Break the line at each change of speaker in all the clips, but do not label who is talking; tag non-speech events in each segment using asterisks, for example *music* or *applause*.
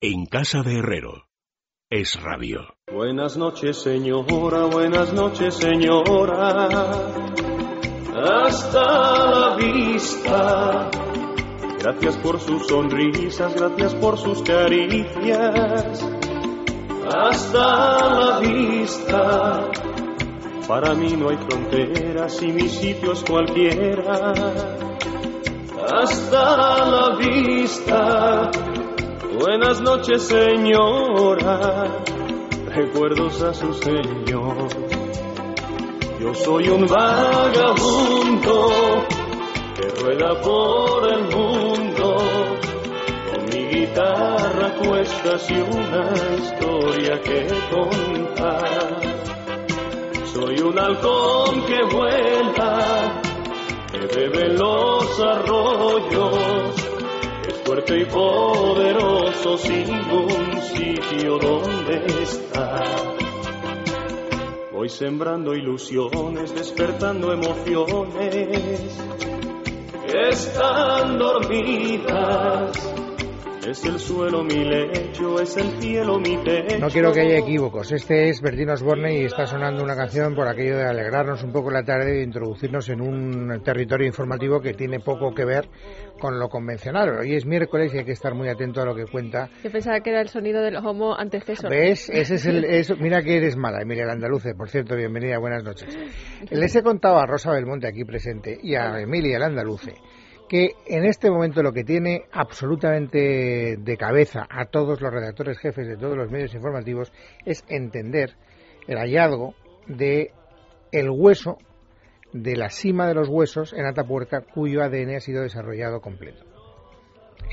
En casa de Herrero. Es Radio.
Buenas noches, señora, buenas noches, señora. Hasta la vista. Gracias por sus sonrisas, gracias por sus caricias. Hasta la vista. Para mí no hay fronteras y mi sitio es cualquiera. Hasta la vista. Buenas noches, señora. Recuerdos a su señor. Yo soy un vagabundo que rueda por el mundo con mi guitarra a cuestas y una historia que contar. Soy un halcón que vuela, que bebe los arroyos es fuerte y poderoso sin un sitio donde está. Voy sembrando ilusiones, despertando emociones que están dormidas. Es el suelo mi lecho, es el cielo mi techo.
No quiero que haya equívocos. Este es Bertín Osborne y está sonando una canción por aquello de alegrarnos un poco la tarde y de introducirnos en un territorio informativo que tiene poco que ver con lo convencional. Hoy es miércoles y hay que estar muy atento a lo que cuenta.
Yo pensaba que era el sonido del homo antecesor.
¿Ves? Ese es el, eso- mira que eres mala, Emilia Landaluce. Por cierto, bienvenida, buenas noches. Les he contado a Rosa Belmonte aquí presente y a Emilia Landaluce que en este momento lo que tiene absolutamente de cabeza a todos los redactores jefes de todos los medios informativos es entender el hallazgo de el hueso de la cima de los huesos en Atapuerca cuyo ADN ha sido desarrollado completo.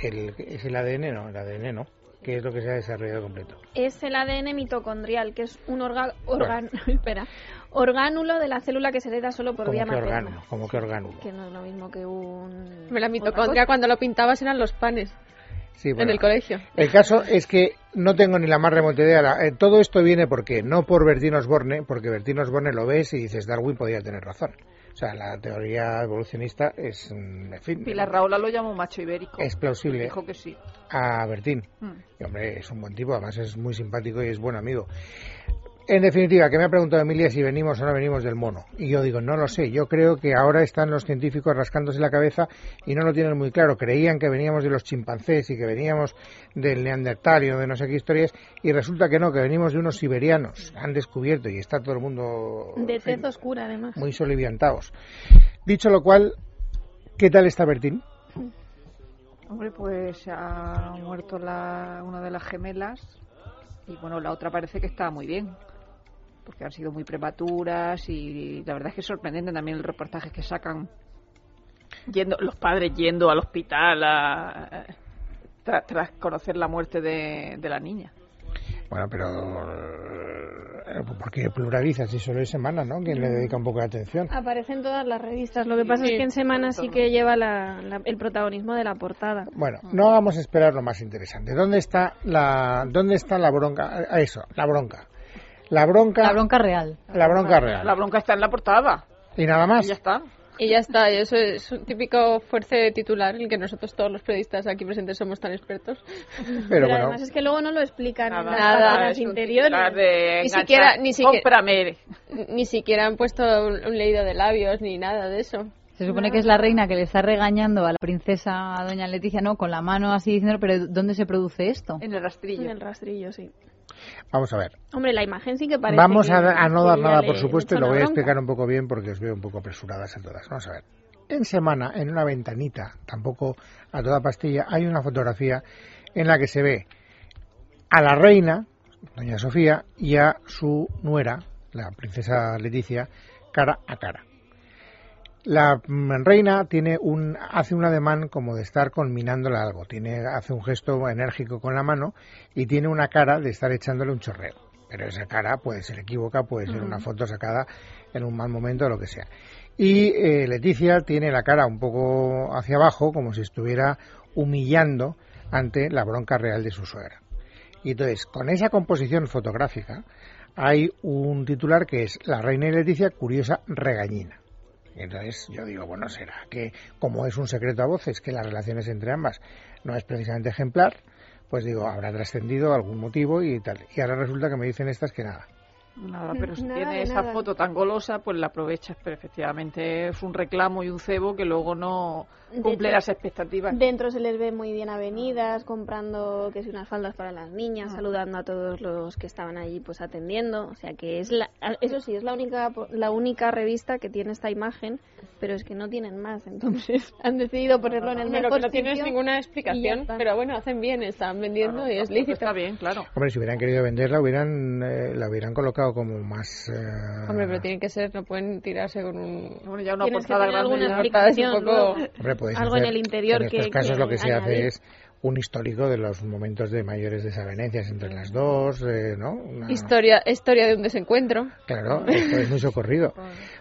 El- ¿Es el ADN? No, el ADN no. que es lo que se ha desarrollado completo?
es el ADN mitocondrial, que es un orga-
Bueno.
organ- *laughs* espera, orgánulo de la célula que se hereda solo por
Como
vía
que orgánulo,
materna.
como que orgánulo.
Que no es lo mismo que un...
*laughs* Me la
otra
mitocondria
cosa.
cuando lo pintabas eran los panes
Sí, bueno.
en el colegio.
El caso es que no tengo ni la más remota idea. La- eh, todo esto viene porque no por Bertín Osborne, porque Bertín Osborne lo ves y dices Darwin podría tener razón. O sea, la teoría evolucionista es, mm, en fin,
Pilar Raola lo llamó macho ibérico.
es plausible
Dijo que sí.
a Bertín.
Mm.
Y, hombre, es un buen tipo, además es muy simpático y es buen amigo. En definitiva, que me ha preguntado Emilia si venimos o no venimos del mono. Y yo digo, no lo sé. Yo creo que ahora están los científicos rascándose la cabeza y no lo tienen muy claro. Creían que veníamos de los chimpancés y que veníamos del neandertal y de no sé qué historias. Y resulta que no, que venimos de unos siberianos. Han descubierto y está todo el mundo
De
en fin,
tez oscura, además.
muy soliviantados. Dicho lo cual, ¿qué tal está Bertín?
Hombre, pues ha muerto la, una de las gemelas y bueno, la otra parece que está muy bien. Porque han sido muy prematuras y la verdad es que es sorprendente también el reportaje que sacan. Yendo, los padres yendo al hospital a- tra- tras conocer la muerte de, de la niña.
Bueno, pero eh, porque pluraliza si solo es semana, ¿no? Quien le dedica un poco de atención.
Aparece en todas las revistas. Lo que pasa
Sí.
es que en semana sí que lleva la- la- el protagonismo de la portada.
Bueno, no hagamos esperar lo más interesante. ¿Dónde está la dónde está la bronca? Ah, Eso, la bronca. La bronca,
La bronca real.
la bronca real.
La bronca está en la portada.
Y nada
Y
más.
ya está.
Y ya está, y eso es un típico fuerza de titular en el que nosotros todos los periodistas aquí presentes somos tan expertos.
Pero
Pero
bueno,
además es que luego no lo explican en las
nada,
páginas
es un titular
interiores.
de
Ni
enganchar.
siquiera- ni siquiera-
Cómprame.
Ni siquiera han puesto un, un leído de labios ni nada de eso.
Se supone que es la reina que le está regañando a la princesa, a doña Leticia, no, con la mano así diciendo, pero ¿dónde se produce esto?
En el rastrillo.
En el rastrillo, sí.
vamos a ver.
Hombre, la imagen sí que parece
Vamos
que-
a, a no dar
que
nada,
le
por
han
supuesto, y
hecho
lo
una
voy a
bronca.
explicar un poco bien porque os veo un poco apresuradas a todas. Vamos a ver. En semana, en una ventanita, tampoco a toda pastilla, hay una fotografía en la que se ve a la reina, doña Sofía, y a su nuera, la princesa Leticia, cara a cara. La mm, reina tiene un, hace un ademán como de estar conminándola algo, tiene, hace un gesto enérgico con la mano y tiene una cara de estar echándole un chorreo. Pero esa cara puede ser equívoca, puede ser una foto sacada en un mal momento o lo que sea. Y eh, Leticia tiene la cara un poco hacia abajo, como si estuviera humillando ante la bronca real de su suegra. Y entonces, con esa composición fotográfica, hay un titular que es La reina y Leticia, curiosa regañina. Y Entonces yo digo, bueno, será que como es un secreto a voces que las relaciones entre ambas no es precisamente ejemplar, pues digo, habrá trascendido algún motivo y tal. Y ahora resulta que me dicen estas que nada.
Nada, pero si
Mm, Nada
tiene
de
esa
nada.
foto tan golosa, pues la aprovechas. Pero efectivamente es un reclamo y un cebo que luego no cumple
De-
las expectativas.
Dentro se les ve muy bien avenidas, comprando que si unas faldas para las niñas, saludando a todos los que estaban allí pues atendiendo, o sea que es la a- eso sí es la única la única revista que tiene esta imagen, pero es que no tienen más, entonces *laughs* han decidido ponerlo en el
Bueno, que
mejor
no tienes
sitio
ninguna
y ya
explicación,
está.
pero bueno, hacen bien, están vendiendo y es lícito.
Está bien, claro.
Hombre, si hubieran querido venderla, hubieran, eh, la hubieran colocado como más... eh,
Hombre, pero tiene que ser, no pueden tirarse con un...
Bueno, ya una
Tienes que
portada
tener
grande
alguna
ya-
La portada es un
explicación,
poco-
luego.
hombre, podéis
algo en el interior
En estos
que-
casos
que
lo que se
añadir.
hace es un histórico de los momentos de mayores desavenencias entre las dos, eh, ¿no? Una-
Historia, historia de un desencuentro.
Claro, esto es muy
*laughs*
socorrido.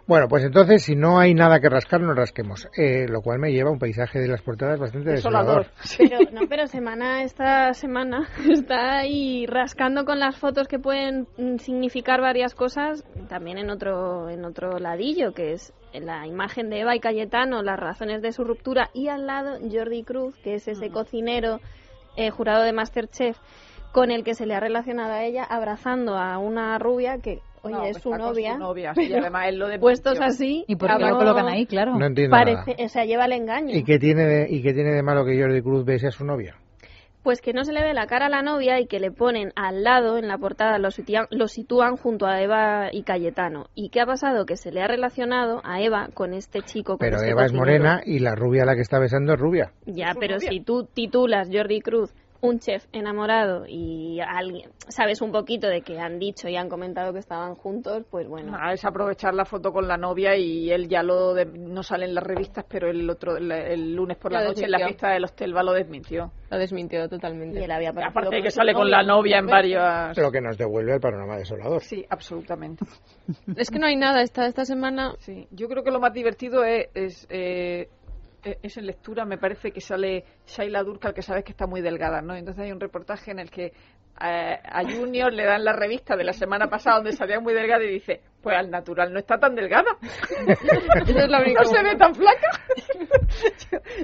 Bueno, pues entonces, si no hay nada que rascar, nos rasquemos. Eh, lo cual me lleva a un paisaje de las portadas bastante desolador.
Desolador.
Pero, no, pero Semana, esta semana *laughs* está ahí rascando con las fotos que pueden mm, significar varias cosas, también en otro, en otro ladillo, que es la imagen de Eva y Cayetano, las razones de su ruptura, y al lado Jordi Cruz, que es ese cocinero eh, jurado de Masterchef, con el que se le ha relacionado a ella, abrazando a una rubia que, oye,
No,
es
pues
su
está con
novia,
Su novia sí, y además es lo de
puestos
principio.
así,
¿Y por qué
vamos,
lo colocan ahí? Claro.
No entiendo
Parece,
nada.
o sea, lleva el engaño.
¿Y qué, tiene de, ¿Y qué tiene de malo que Jordi Cruz bese a su novia?
Pues que no se le ve la cara a la novia y que le ponen al lado en la portada, lo sitian- lo sitúan junto a Eva y Cayetano. ¿Y qué ha pasado? Que se le ha relacionado a Eva con este chico. con
Pero
este
Eva es
cocinero.
morena y la rubia a la que está besando es rubia.
Ya,
su
pero
novia.
si tú titulas Jordi Cruz un chef enamorado y alguien sabes un poquito de que han dicho y han comentado que estaban juntos, pues bueno.
Ah, es aprovechar la foto con la novia y él ya lo de- no sale en las revistas, pero el otro el, el lunes por la
Lo
noche en la
desmintió.
fiesta del hostel va lo desmintió.
Lo desmintió
Y
totalmente.
él había aparecido
Aparte de
con
que
su
sale con la novia en
¿ves?
varias.
Lo que nos devuelve al panorama desolador.
Sí, absolutamente.
Es que no hay nada esta, esta semana.
Sí, yo creo que lo más divertido es, es, eh, e- es en lectura, me parece que sale Shaila Durkal, que sabes que está muy delgada, ¿no? Entonces hay un reportaje en el que eh, a Junior le dan la revista de la semana pasada donde salía muy delgada y dice, pues al natural no está tan delgada,
Esa es la única-
no se ve tan flaca. *laughs*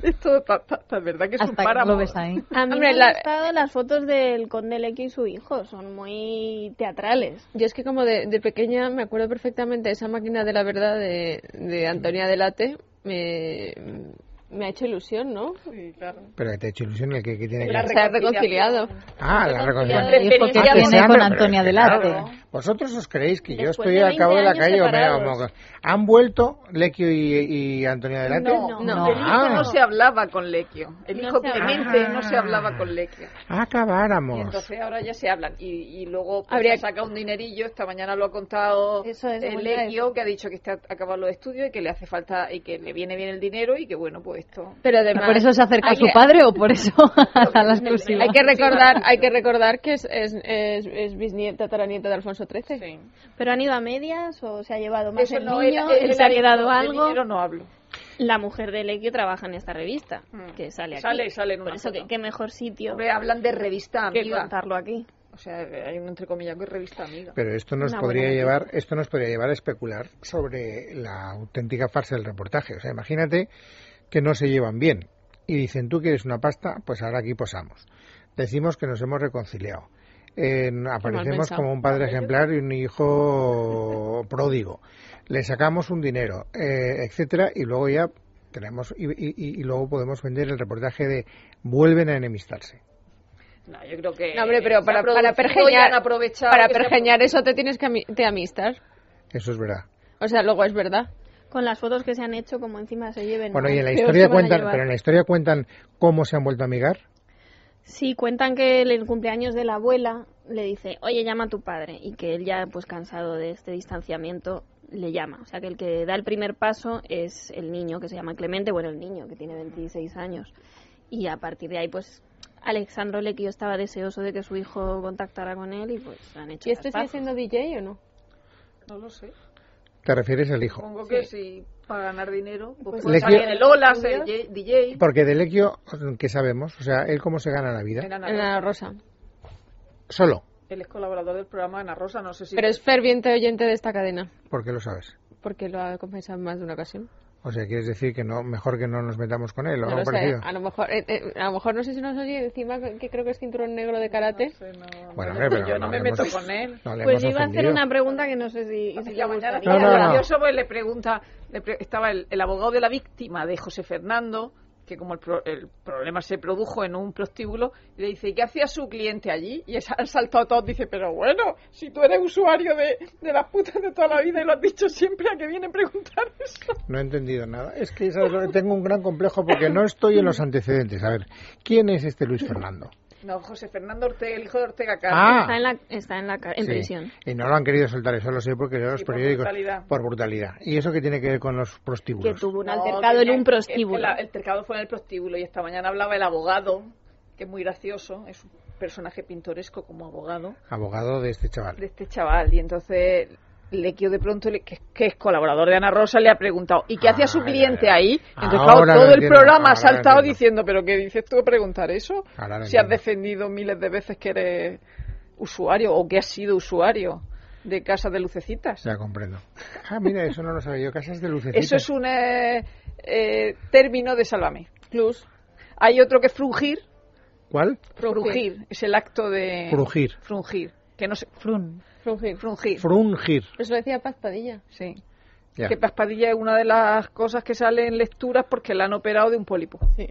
es todo, ta- ta- ta- verdad que es un
Hasta que no
páramo.
lo ves ahí.
A mí
Hombre,
me
la-
han gustado las fotos del conde Leque y su hijo, son muy teatrales.
Yo es que como de, de pequeña me acuerdo perfectamente de esa máquina de la verdad de, de Antonia Delate. Me, me ha hecho ilusión, ¿no?
Pero que te ha hecho ilusión el que, que tiene que...
La
Se ha
reconciliado.
reconciliado.
Ah, la reconciliación.
El hijo que
Ah, que se
tiene
amen,
con
pero
Antonia ¿eh?
es que
Delarte.
claro. ¿Vosotros os creéis que yo
Después
estoy
de
al cabo
20
de la
años
calle? o me-
separados.
o me- ¿Han vuelto Lequio y, y Antonia Delante?
No,
No.
el hijo
Ah.
no se hablaba con Lequio. El
No
hijo
se
Clemente
hablaba.
no se hablaba con Lequio. Y
Ah, Acabáramos.
entonces ahora ya se hablan. Y, y luego pues,
Habría
habría
que-
saca un dinerillo. Esta mañana lo ha contado
Eso es,
el
lo que
Lequio, que ha dicho que está acabado los estudios y que le hace falta y que le viene bien el dinero y que bueno, pues esto.
Pero
¿Y
además...
¿Por eso se acerca a
hay
su
que-
padre o
*laughs*
por eso *laughs* a la exclusiva?
Hay que recordar, hay que recordar que es, es, es, es bisnieta, taranieta de Alfonso XIII.
¿Pero han ido a medias o se ha llevado más
Eso
el niño?
no era- él
¿Se ha
era-
quedado
de
algo?
dinero no hablo.
La mujer de Lequio trabaja en esta revista, que sale aquí.
Mm. Sale- sale en una
Por eso,
foto.
que- qué mejor sitio
Hombre, hablan de revista
que
amiga.
contarlo aquí.
O sea, hay un entrecomillado que es revista amiga.
Pero esto nos
Una
podría
buena
llevar, esto nos podría llevar a especular sobre la auténtica farsa del reportaje. O sea, imagínate que no se llevan bien y dicen tú quieres una pasta, pues ahora aquí posamos. Decimos que nos hemos reconciliado. Eh, aparecemos
pensado.
como un padre ejemplar y un hijo pródigo. Le sacamos un dinero, eh, etcétera, y luego ya tenemos y, y- y- y luego podemos vender el reportaje de vuelven a enemistarse.
No, yo creo que.
No, hombre, pero
se
para,
ha
para
producido y han
pergeñar,
aprovechado
para
que se ha-
pergeñar eso te tienes que ami- te amistar.
Eso es verdad.
O sea, luego es verdad.
Con las fotos que se han hecho, como encima se lleven.
Bueno, y en la
peor
historia
se van a
cuentan,
llevar.
pero en la historia cuentan cómo se han vuelto a amigar.
Sí, cuentan que en el cumpleaños de la abuela le dice, oye, llama a tu padre. Y que él ya, pues cansado de este distanciamiento, le llama. O sea, que el que da el primer paso es el niño, que se llama Clemente, bueno, el niño, que tiene 26 años. Y a partir de ahí, pues, Alexandro Lequio estaba deseoso de que su hijo contactara con él y pues han hecho
¿Y este
las
sigue
paces.
siendo DJ o no?
No lo sé.
¿Te refieres al hijo?
Supongo que si para ganar dinero, pues,
Pues
puede
Lequio-
salir en el Ola, ser DJ. DJ.
Porque de Lequio, que sabemos? O sea, él cómo se gana la
En
vida.
Ana
En
Rosa.
la Rosa.
Solo,
Él es colaborador del programa Ana Rosa, no sé si.
Pero es ferviente oyente de esta cadena.
porque lo sabes.
Porque lo ha confesado en más de una ocasión.
O sea, quieres decir que no, mejor que no nos metamos con él o
No
algo
lo sé,
parecido.
a lo mejor, eh, eh, a lo mejor no sé si nos oye encima que creo que es cinturón negro de karate.
Bueno, hombre, pero
yo
no
no me
le
meto
hemos-
con él.
No le hemos
Pues yo iba a hacer
ofendido.
una pregunta que no sé si, si
La
te
mañana
gustaría.
No, no, no.
gracioso, pues, le pregunta, le pre- estaba el, el abogado de la víctima de José Fernando, que como el, pro- el problema se produjo en un prostíbulo, y le dice, ¿qué hacía su cliente allí? Y es- han saltado todos, dice, pero bueno, si tú eres usuario de, de las putas de toda la vida y lo has dicho siempre, ¿a que viene a preguntar eso?
No he entendido nada. Es que ¿sabes lo que? tengo un gran complejo porque no estoy en los antecedentes. A ver, ¿quién es este Luis Fernando?
No, José Fernando Ortega, el hijo de Ortega Castro.
Ah,
Está en la, está en la ca- en
Sí.
prisión.
Y no lo han querido soltar, eso lo sé porque leo los
Sí, por
periódicos.
brutalidad.
por brutalidad. ¿Y eso qué tiene que ver con los prostíbulos?
Que tuvo un
No,
altercado en
tenía-
un prostíbulo.
es que la- el altercado fue en el prostíbulo y esta mañana hablaba el abogado, que es muy gracioso, es un personaje pintoresco como abogado.
Abogado de este chaval.
de este chaval y entonces Lequio de pronto, le- que, que es colaborador de Ana Rosa, le ha preguntado ¿y qué
Ah,
hacía su
ya,
cliente
ya.
ahí? Entonces,
Ahora
claro,
lo
todo el
entiendo,
programa ha
ahora lo
saltado
entiendo.
diciendo ¿pero qué dices tú a preguntar eso?
Ahora lo
Si has
entiendo.
defendido miles de veces que eres usuario o que has sido usuario de Casa de Lucecitas.
Ya comprendo. Ah, mira, eso no lo sabía yo. Casas de lucecitas.
Eso es un eh, eh, término de Sálvame. Plus. Hay otro que es frungir.
¿Cuál?
Frungir. Es el acto de...
Frugir.
Frungir. Que no sé...
Frun.
Frungir.
Frungir.
Frungir.
Eso decía Paz Padilla.
Sí.
Ya.
Que paspadilla es una de las cosas que sale en lecturas porque la han operado de un pólipo.
Sí.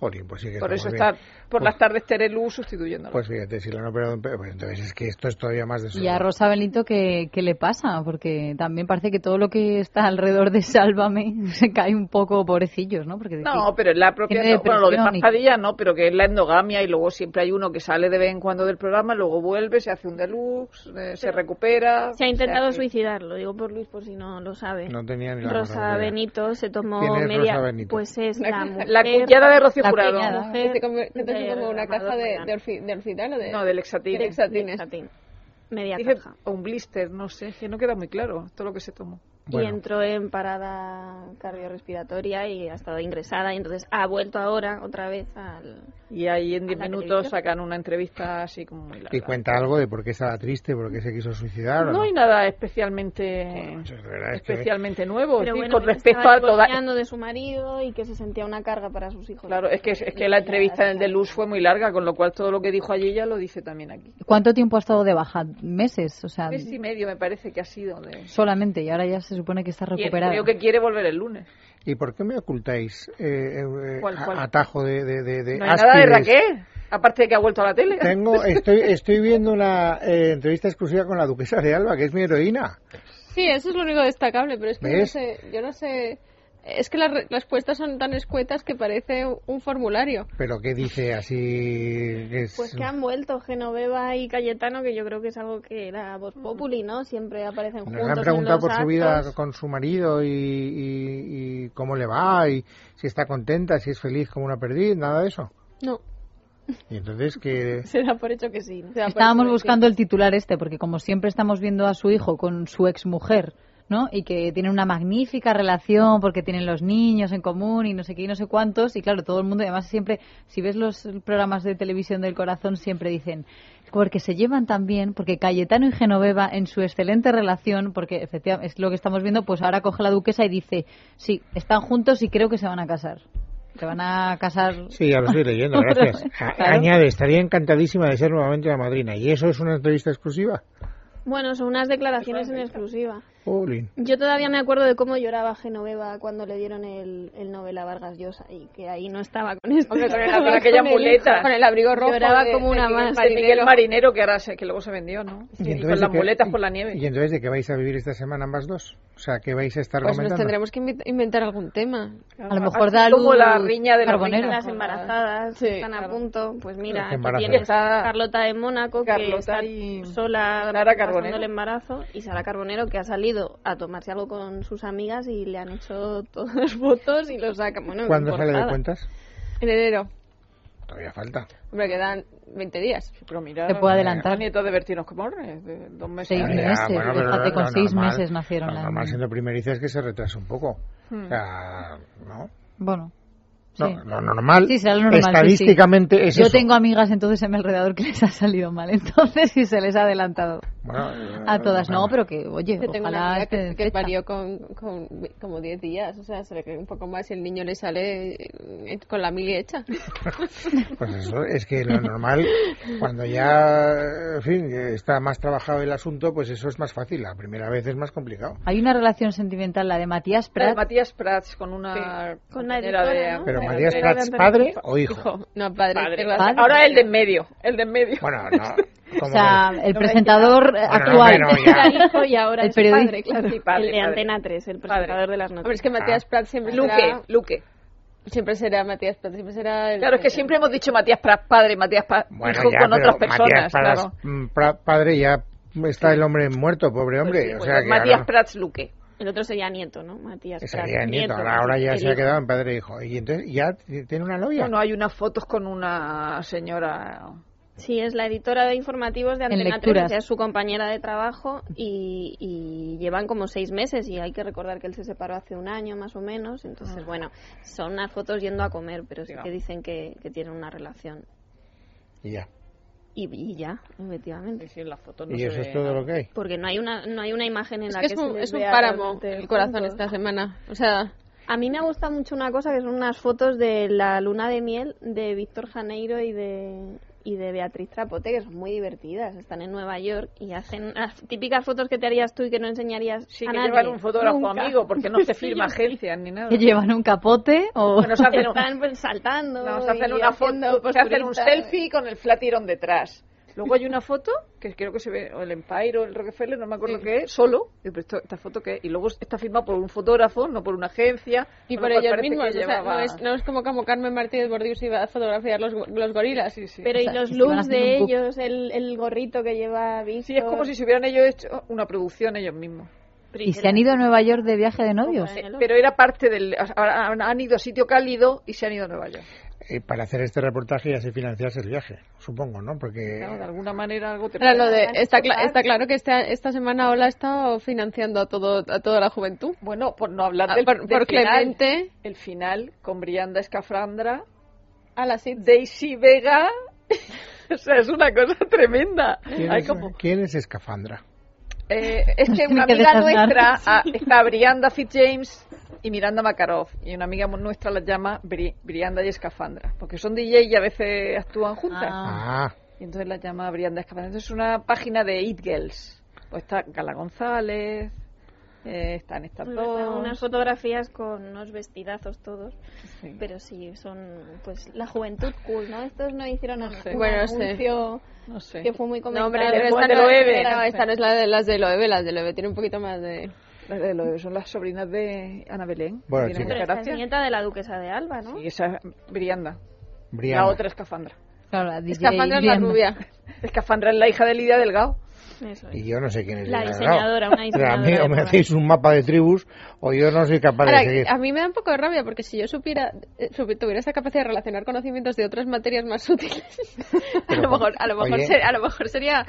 Jolín, pues sí que
Por
estamos
eso
bien.
está por
Pues-
las tardes Terelu sustituyéndola.
Pues fíjate, si la han operado... en pe- Pues entonces es que esto es todavía más de
Y a Rosa Benito, ¿qué, ¿qué le pasa? Porque también parece que todo lo que está alrededor de Sálvame *laughs* se cae un poco pobrecillos, ¿no? Porque decir,
no, pero es la propia.
Tiene
no, bueno, lo de
depresión y-
paspadilla no, pero que es la endogamia y luego siempre hay uno que sale de vez en cuando del programa, luego vuelve, se hace un deluxe, eh, se recupera.
Se ha intentado
se hace-
suicidar, lo digo por Luis por si no lo sabe.
No tenía ni la
Rosa
menor idea.
Benito se tomó
¿Quién es
media.
Rosa Benito?
Pues es la mujer.
La cuñada de Rocío
La
Jurado.
cuñada.
Que te come- que te
de
come este una
Amador
caja de,
Fernández.
de, orfi- de orfital o de...
No, del Exatín.
De Exatines.
Satín. Media
Dije,
caja.
o un blister, no sé, es que no queda muy claro todo lo que se tomó.
Bueno.
Y entró en parada cardiorrespiratoria y ha estado ingresada y entonces ha vuelto ahora otra vez al...
Y ahí en 10
¿A la
minutos
televisión?
sacan una entrevista así como muy larga.
Y cuenta algo de por qué estaba triste, por qué se quiso suicidar. ¿o
No hay nada especialmente
Eso es de Pues verdad, es que-
especialmente nuevo, es
Pero
decir,
bueno,
Pues con
que
respecto
estaba
a toda
divorciando de su marido y que se sentía una carga para sus hijos.
Claro, es que es que la entrevista en el de Luz fue muy larga, con lo cual todo lo que dijo allí ya lo dice también aquí.
¿Cuánto tiempo ha estado de baja? ¿Meses? O sea,
Mes y medio me parece que ha sido de
solamente. Y ahora ya se supone que está
Y él
recuperada.
creo que quiere volver el lunes.
¿Y por qué me ocultáis eh, eh,
¿Cuál,
a-
cuál?
atajo de, de, de, de
No hay nada de
áspides?
Raquel, aparte de que ha vuelto a
*laughs*
la tele.
Tengo, estoy, estoy viendo una eh, entrevista exclusiva con la duquesa de Alba, que es mi heroína.
Sí, eso es lo único destacable, pero es que yo no
¿Ves?
sé, yo no sé... Es que las re- respuestas son tan escuetas que parece un formulario.
Pero que dice así... que es-
Pues que han vuelto Genoveva y Cayetano, que yo creo que es algo que era Voz Populi, ¿no? Siempre aparecen
Nos
juntos
han
en
preguntado
los
por su
actos.
vida con su marido y, y- y cómo le va, y si está contenta, si es feliz como una perdiz, nada de eso.
*laughs*
No,
Y entonces que...
Se da por hecho que sí. ¿no?
se da por
Estábamos
eh,
hecho que
buscando el titular este, porque como siempre estamos viendo a su hijo con su ex mujer, ¿no? Y que tienen una magnífica relación porque tienen los niños en común y no sé qué y no sé cuántos. Y claro, todo el mundo, y además siempre, si ves los programas de televisión del corazón, siempre dicen, porque se llevan tan bien, porque Cayetano y Genoveva en su excelente relación, porque efectivamente es lo que estamos viendo, pues ahora coge la duquesa y dice, sí, están juntos y creo que se van a casar. Se van a casar
*laughs* Sí, ya lo estoy leyendo, *laughs* gracias. A-
Claro.
Añade, estaría encantadísima de ser nuevamente la madrina. ¿Y eso es una entrevista exclusiva?
Bueno, son unas declaraciones en exclusiva.
Jolín.
Yo todavía me acuerdo de cómo lloraba Genoveva cuando le dieron el, el Nobel a Vargas Llosa y que ahí no estaba con esto. *laughs*
Hombre, con el- con aquella muleta.
Con el abrigo rojo.
Lloraba
de-
como
de
una
Miguel
más.
De Miguel
Marinero.
Marinero que ahora se, que luego se vendió, ¿no?
Y
Y
entonces
con
de
las
qué-
muletas por la
¿Y
nieve.
entonces de qué vais a vivir esta semana ambas dos? O sea, ¿qué vais a estar
Pues nos
comentando?
tendremos que invi- inventar algún tema.
A lo mejor
Así
da
como
luz
la riña de los
Carbonero.
reinos.
Las embarazadas
Sí,
están a
claro.
punto. Pues mira,
Las
aquí
embarazadas.
tienes a Carlota de Mónaco, que
Carlota
está
y
sola
Sara
pasando
Carbonero.
el embarazo, y Sara Carbonero, que ha salido a tomarse algo con sus amigas y le han hecho todas las fotos y lo sacan. Bueno,
¿Cuándo sale de
portada.
cuentas?
En enero.
Todavía falta.
Hombre, quedan 20 días.
Pero mira,
Se puede adelantar.
la nieta de Bertino Comorres, de dos meses.
Seis
Ah,
meses,
bueno, pero
fíjate,
lo-
con
lo
seis
normal-
meses nacieron
Lo
las
normal
niñas.
Hmm. siendo primeriza es que se retrasa un poco. O sea, ¿no?
Bueno,
No,
Sí.
lo normal,
Sí, será lo normal, pues sí, sí.
estadísticamente es
Yo
eso.
tengo amigas entonces en mi alrededor que les ha salido mal, entonces y se les ha adelantado.
Bueno, eh,
A todas no,
bueno.
pero que, oye,
Yo tengo una
ojalá
amiga
esté
que,
en
que
fecha.
parió con, con vi- como 10 días, o sea, se le cae un poco más y el niño le sale eh, con la mili hecha. *laughs*
Pues eso, es que lo
*laughs*
normal, cuando ya, en fin, está más trabajado el asunto, pues eso es más fácil. La primera vez es más complicado.
Hay una relación sentimental, la de Matías
La de
Prat,
Matías Prats con una.
Con la
compañera
editora, ¿no?
Pero
Pero
Matías
pero
Prats,
eran
padre o hijo.
Hijo, no, padre.
Padre.
te lo hace-
Padre.
Ahora el de en medio. El de en medio.
Bueno, no.
o
como
sea,
ves.
el presentador eh,
Bueno,
actual.
no, pero ya.
Era hijo y ahora
El
es padre,
periodista.
claro.
Sí, padre,
el de
padre.
Antena 3, el
Padre.
presentador de las
Hombre,
noticias.
es que Matías Prats siempre será,
*laughs* Luque, Luque.
siempre será Matías Prats, siempre será el...
Claro, es que siempre hemos dicho Matías Prats padre, Matías Prats
Bueno,
hijo
ya,
con
pero
otras personas.
Matías Prats,
claro.
mm, pra- padre, ya está el hombre muerto, pobre
Pues
hombre.
sí,
o
pues
sea, que
Matías
ahora-
Prats Luque.
El otro sería nieto, ¿no? Matías
sería
Prats.
el nieto, ahora, ahora ya
el
se ha
hijo.
quedado en padre e hijo. Y entonces, ¿ya t- tiene una novia?
Bueno, hay unas fotos con una señora.
Sí, es la editora de informativos de
En
Antena 3,
lecturas.
o sea, es su compañera de trabajo y, y llevan como seis meses y hay que recordar que él se separó hace un año más o menos, entonces
Ah.
bueno, son unas fotos yendo a comer, pero sí
Diga.
que dicen que, que tienen una relación
Y ya.
y, y ya, efectivamente,
Sí, en la foto no
Y
se
eso
ve
es todo
nada.
lo que hay.
porque no hay una no hay una imagen en
Es
la
que
que,
es
se
un,
les
es un
vea
páramo
realmente
el corazón
juntos.
esta semana. O sea,
A mí me gusta mucho una cosa que son unas fotos de la luna de miel de Víctor Janeiro y de y de Beatriz Trapote, que son muy divertidas. Están en Nueva York y hacen las típicas fotos que te harías tú y que no enseñarías
Sí,
a
que
nadie.
llevan un fotógrafo
Nunca.
amigo porque no se
*laughs* Sí,
firma
yo sí.
agencias ni nada.
*laughs* que llevan un capote o
Bueno, se hacen, un,
Están pues, saltando.
no, se
y
hacen una
haciendo
foto, se hacen un
posturistas.
selfie con el flatirón detrás. Luego hay una foto que creo que se ve, o el Empire o el Rockefeller, no me acuerdo qué es, solo. Y, pero esto- esta foto que Y luego está firmada por un fotógrafo, no por una agencia.
y
con
por
lo cual
ellos
pues parece
mismos, o
que
sea, no
llevaba-
es, no es como como Carmen Martínez Bordiú se iba a fotografiar los, go- los gorilas.
Sí, sí.
Pero
O sea,
y los
es que van
looks
haciendo
de
un book.
ellos, el, el gorrito que lleva Víctor.
Sí, es como si se hubieran ellos hecho una producción ellos mismos.
*laughs* y se han ido a Nueva York de viaje de novios.
Ojo, eh. Hello.
Pero era parte del... ahora Han han ido a sitio cálido y se han ido a Nueva York.
Eh, para hacer este reportaje ya se financiase el viaje, supongo, ¿no? Porque...
Claro, de alguna manera algo te
Ahora, lo de,
paga.
está, cla- está claro que esta, esta semana Ola ha estado financiando a, todo, a toda la juventud.
Bueno, por no hablar
Ah,
del,
por-
del
por
final.
Clemente.
El final con Brianda Escafrandra,
A la Sid.
Daisy Vega. *laughs* o sea, es una cosa tremenda.
¿Quién,
Hay
es,
como-
quién es Escafandra?
eh, es que
tiene
una
que
amiga
desaznar.
nuestra ah, está Brianda Fitzjames y Miranda Makarov. Y una amiga nuestra las llama Bri- Brianda y Escafandra. Porque son DJ y a veces actúan juntas.
Ah.
Ah,
Y entonces la llama Brianda Escafandra. Entonces es una página de It Girls. Pues está Gala González, eh, están estas
Bueno,
dos.
pues, Unas fotografías con unos vestidazos todos.
Sí.
Pero sí, son pues la juventud cool, ¿no? Estos no hicieron
No
un-
sé.
un
Bueno, sí.
anuncio
No sé.
que fue muy
No,
comentado.
hombre,
del
pero
Juan
esta
de
no,
Loewe.
no, esta no es la de, las de Loewe, las de Loewe tiene un poquito más de...
Las de Eh, lo- son las sobrinas de Ana Belén.
Bueno,
Tiene
chicas.
Pero
mucha
esta
gracia.
es nieta de la duquesa de Alba, ¿no?
Y esa es Brianda.
Brianda.
La otra escafandra.
Claro, la DJ
Escafandra es la
Brianda.
rubia.
Escafandra es la hija de Lidia Delgado.
Eso es.
Y yo no sé quién es.
La
Lidia
diseñadora,
Delgado.
una
O sea, a mí
diseñadora
o me
de
hacéis un mapa de tribus o yo no soy capaz
Ahora,
de seguir.
a mí me da un poco de rabia porque si yo supiera, eh, supi- tuviera esa capacidad de relacionar conocimientos de otras materias más útiles,
*laughs*
a
Pero,
lo mejor, a lo mejor,
oye.
ser- a lo mejor sería...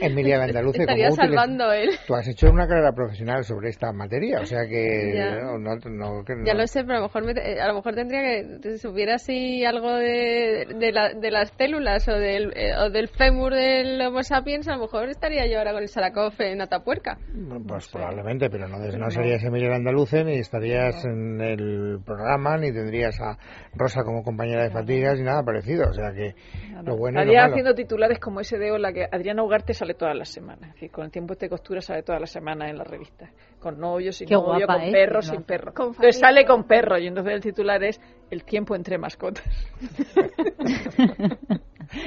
Emilia Vandaluce,
estaría
como útiles-
salvando él.
Tú has hecho una carrera profesional sobre esta materia, o sea que
Ya.
no, no, no- que
Ya
no-
lo sé, pero a lo mejor, me- eh, a lo mejor tendría que, si supiera así algo de, de, la- de las células o del, eh, o del fémur del Homo sapiens, a lo mejor estaría yo ahora con el Salakoff en Atapuerca.
Pues probablemente, pero no, no serías Emilia Vandaluce, ni estarías en el programa, ni tendrías a Rosa como compañera de fatigas, ni nada parecido. O sea que lo bueno y lo
Estaría
malo.
haciendo titulares como ese de Ola, que Adriana Ugarte sale todas las semanas. Es decir, con el tiempo este costura sale todas las semanas en las revistas. Con novio, sin
Qué
novio,
guapa,
con
¿eh?
perro,
Sí,
sin
no.
perro.
Con
entonces
familia.
sale con perro y entonces el titular es El tiempo entre mascotas.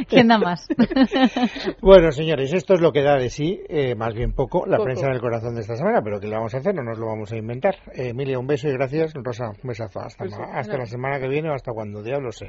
¿Quién da más?
*laughs*
Bueno, señores, esto es lo que da de sí, eh, más bien poco, la
Poco.
prensa del corazón de esta semana, pero ¿qué le vamos a hacer? No nos lo vamos a inventar. Eh, Emilia, un beso y gracias. Rosa, un besazo. Hasta, ma- hasta la semana que viene o hasta cuando diablo sea.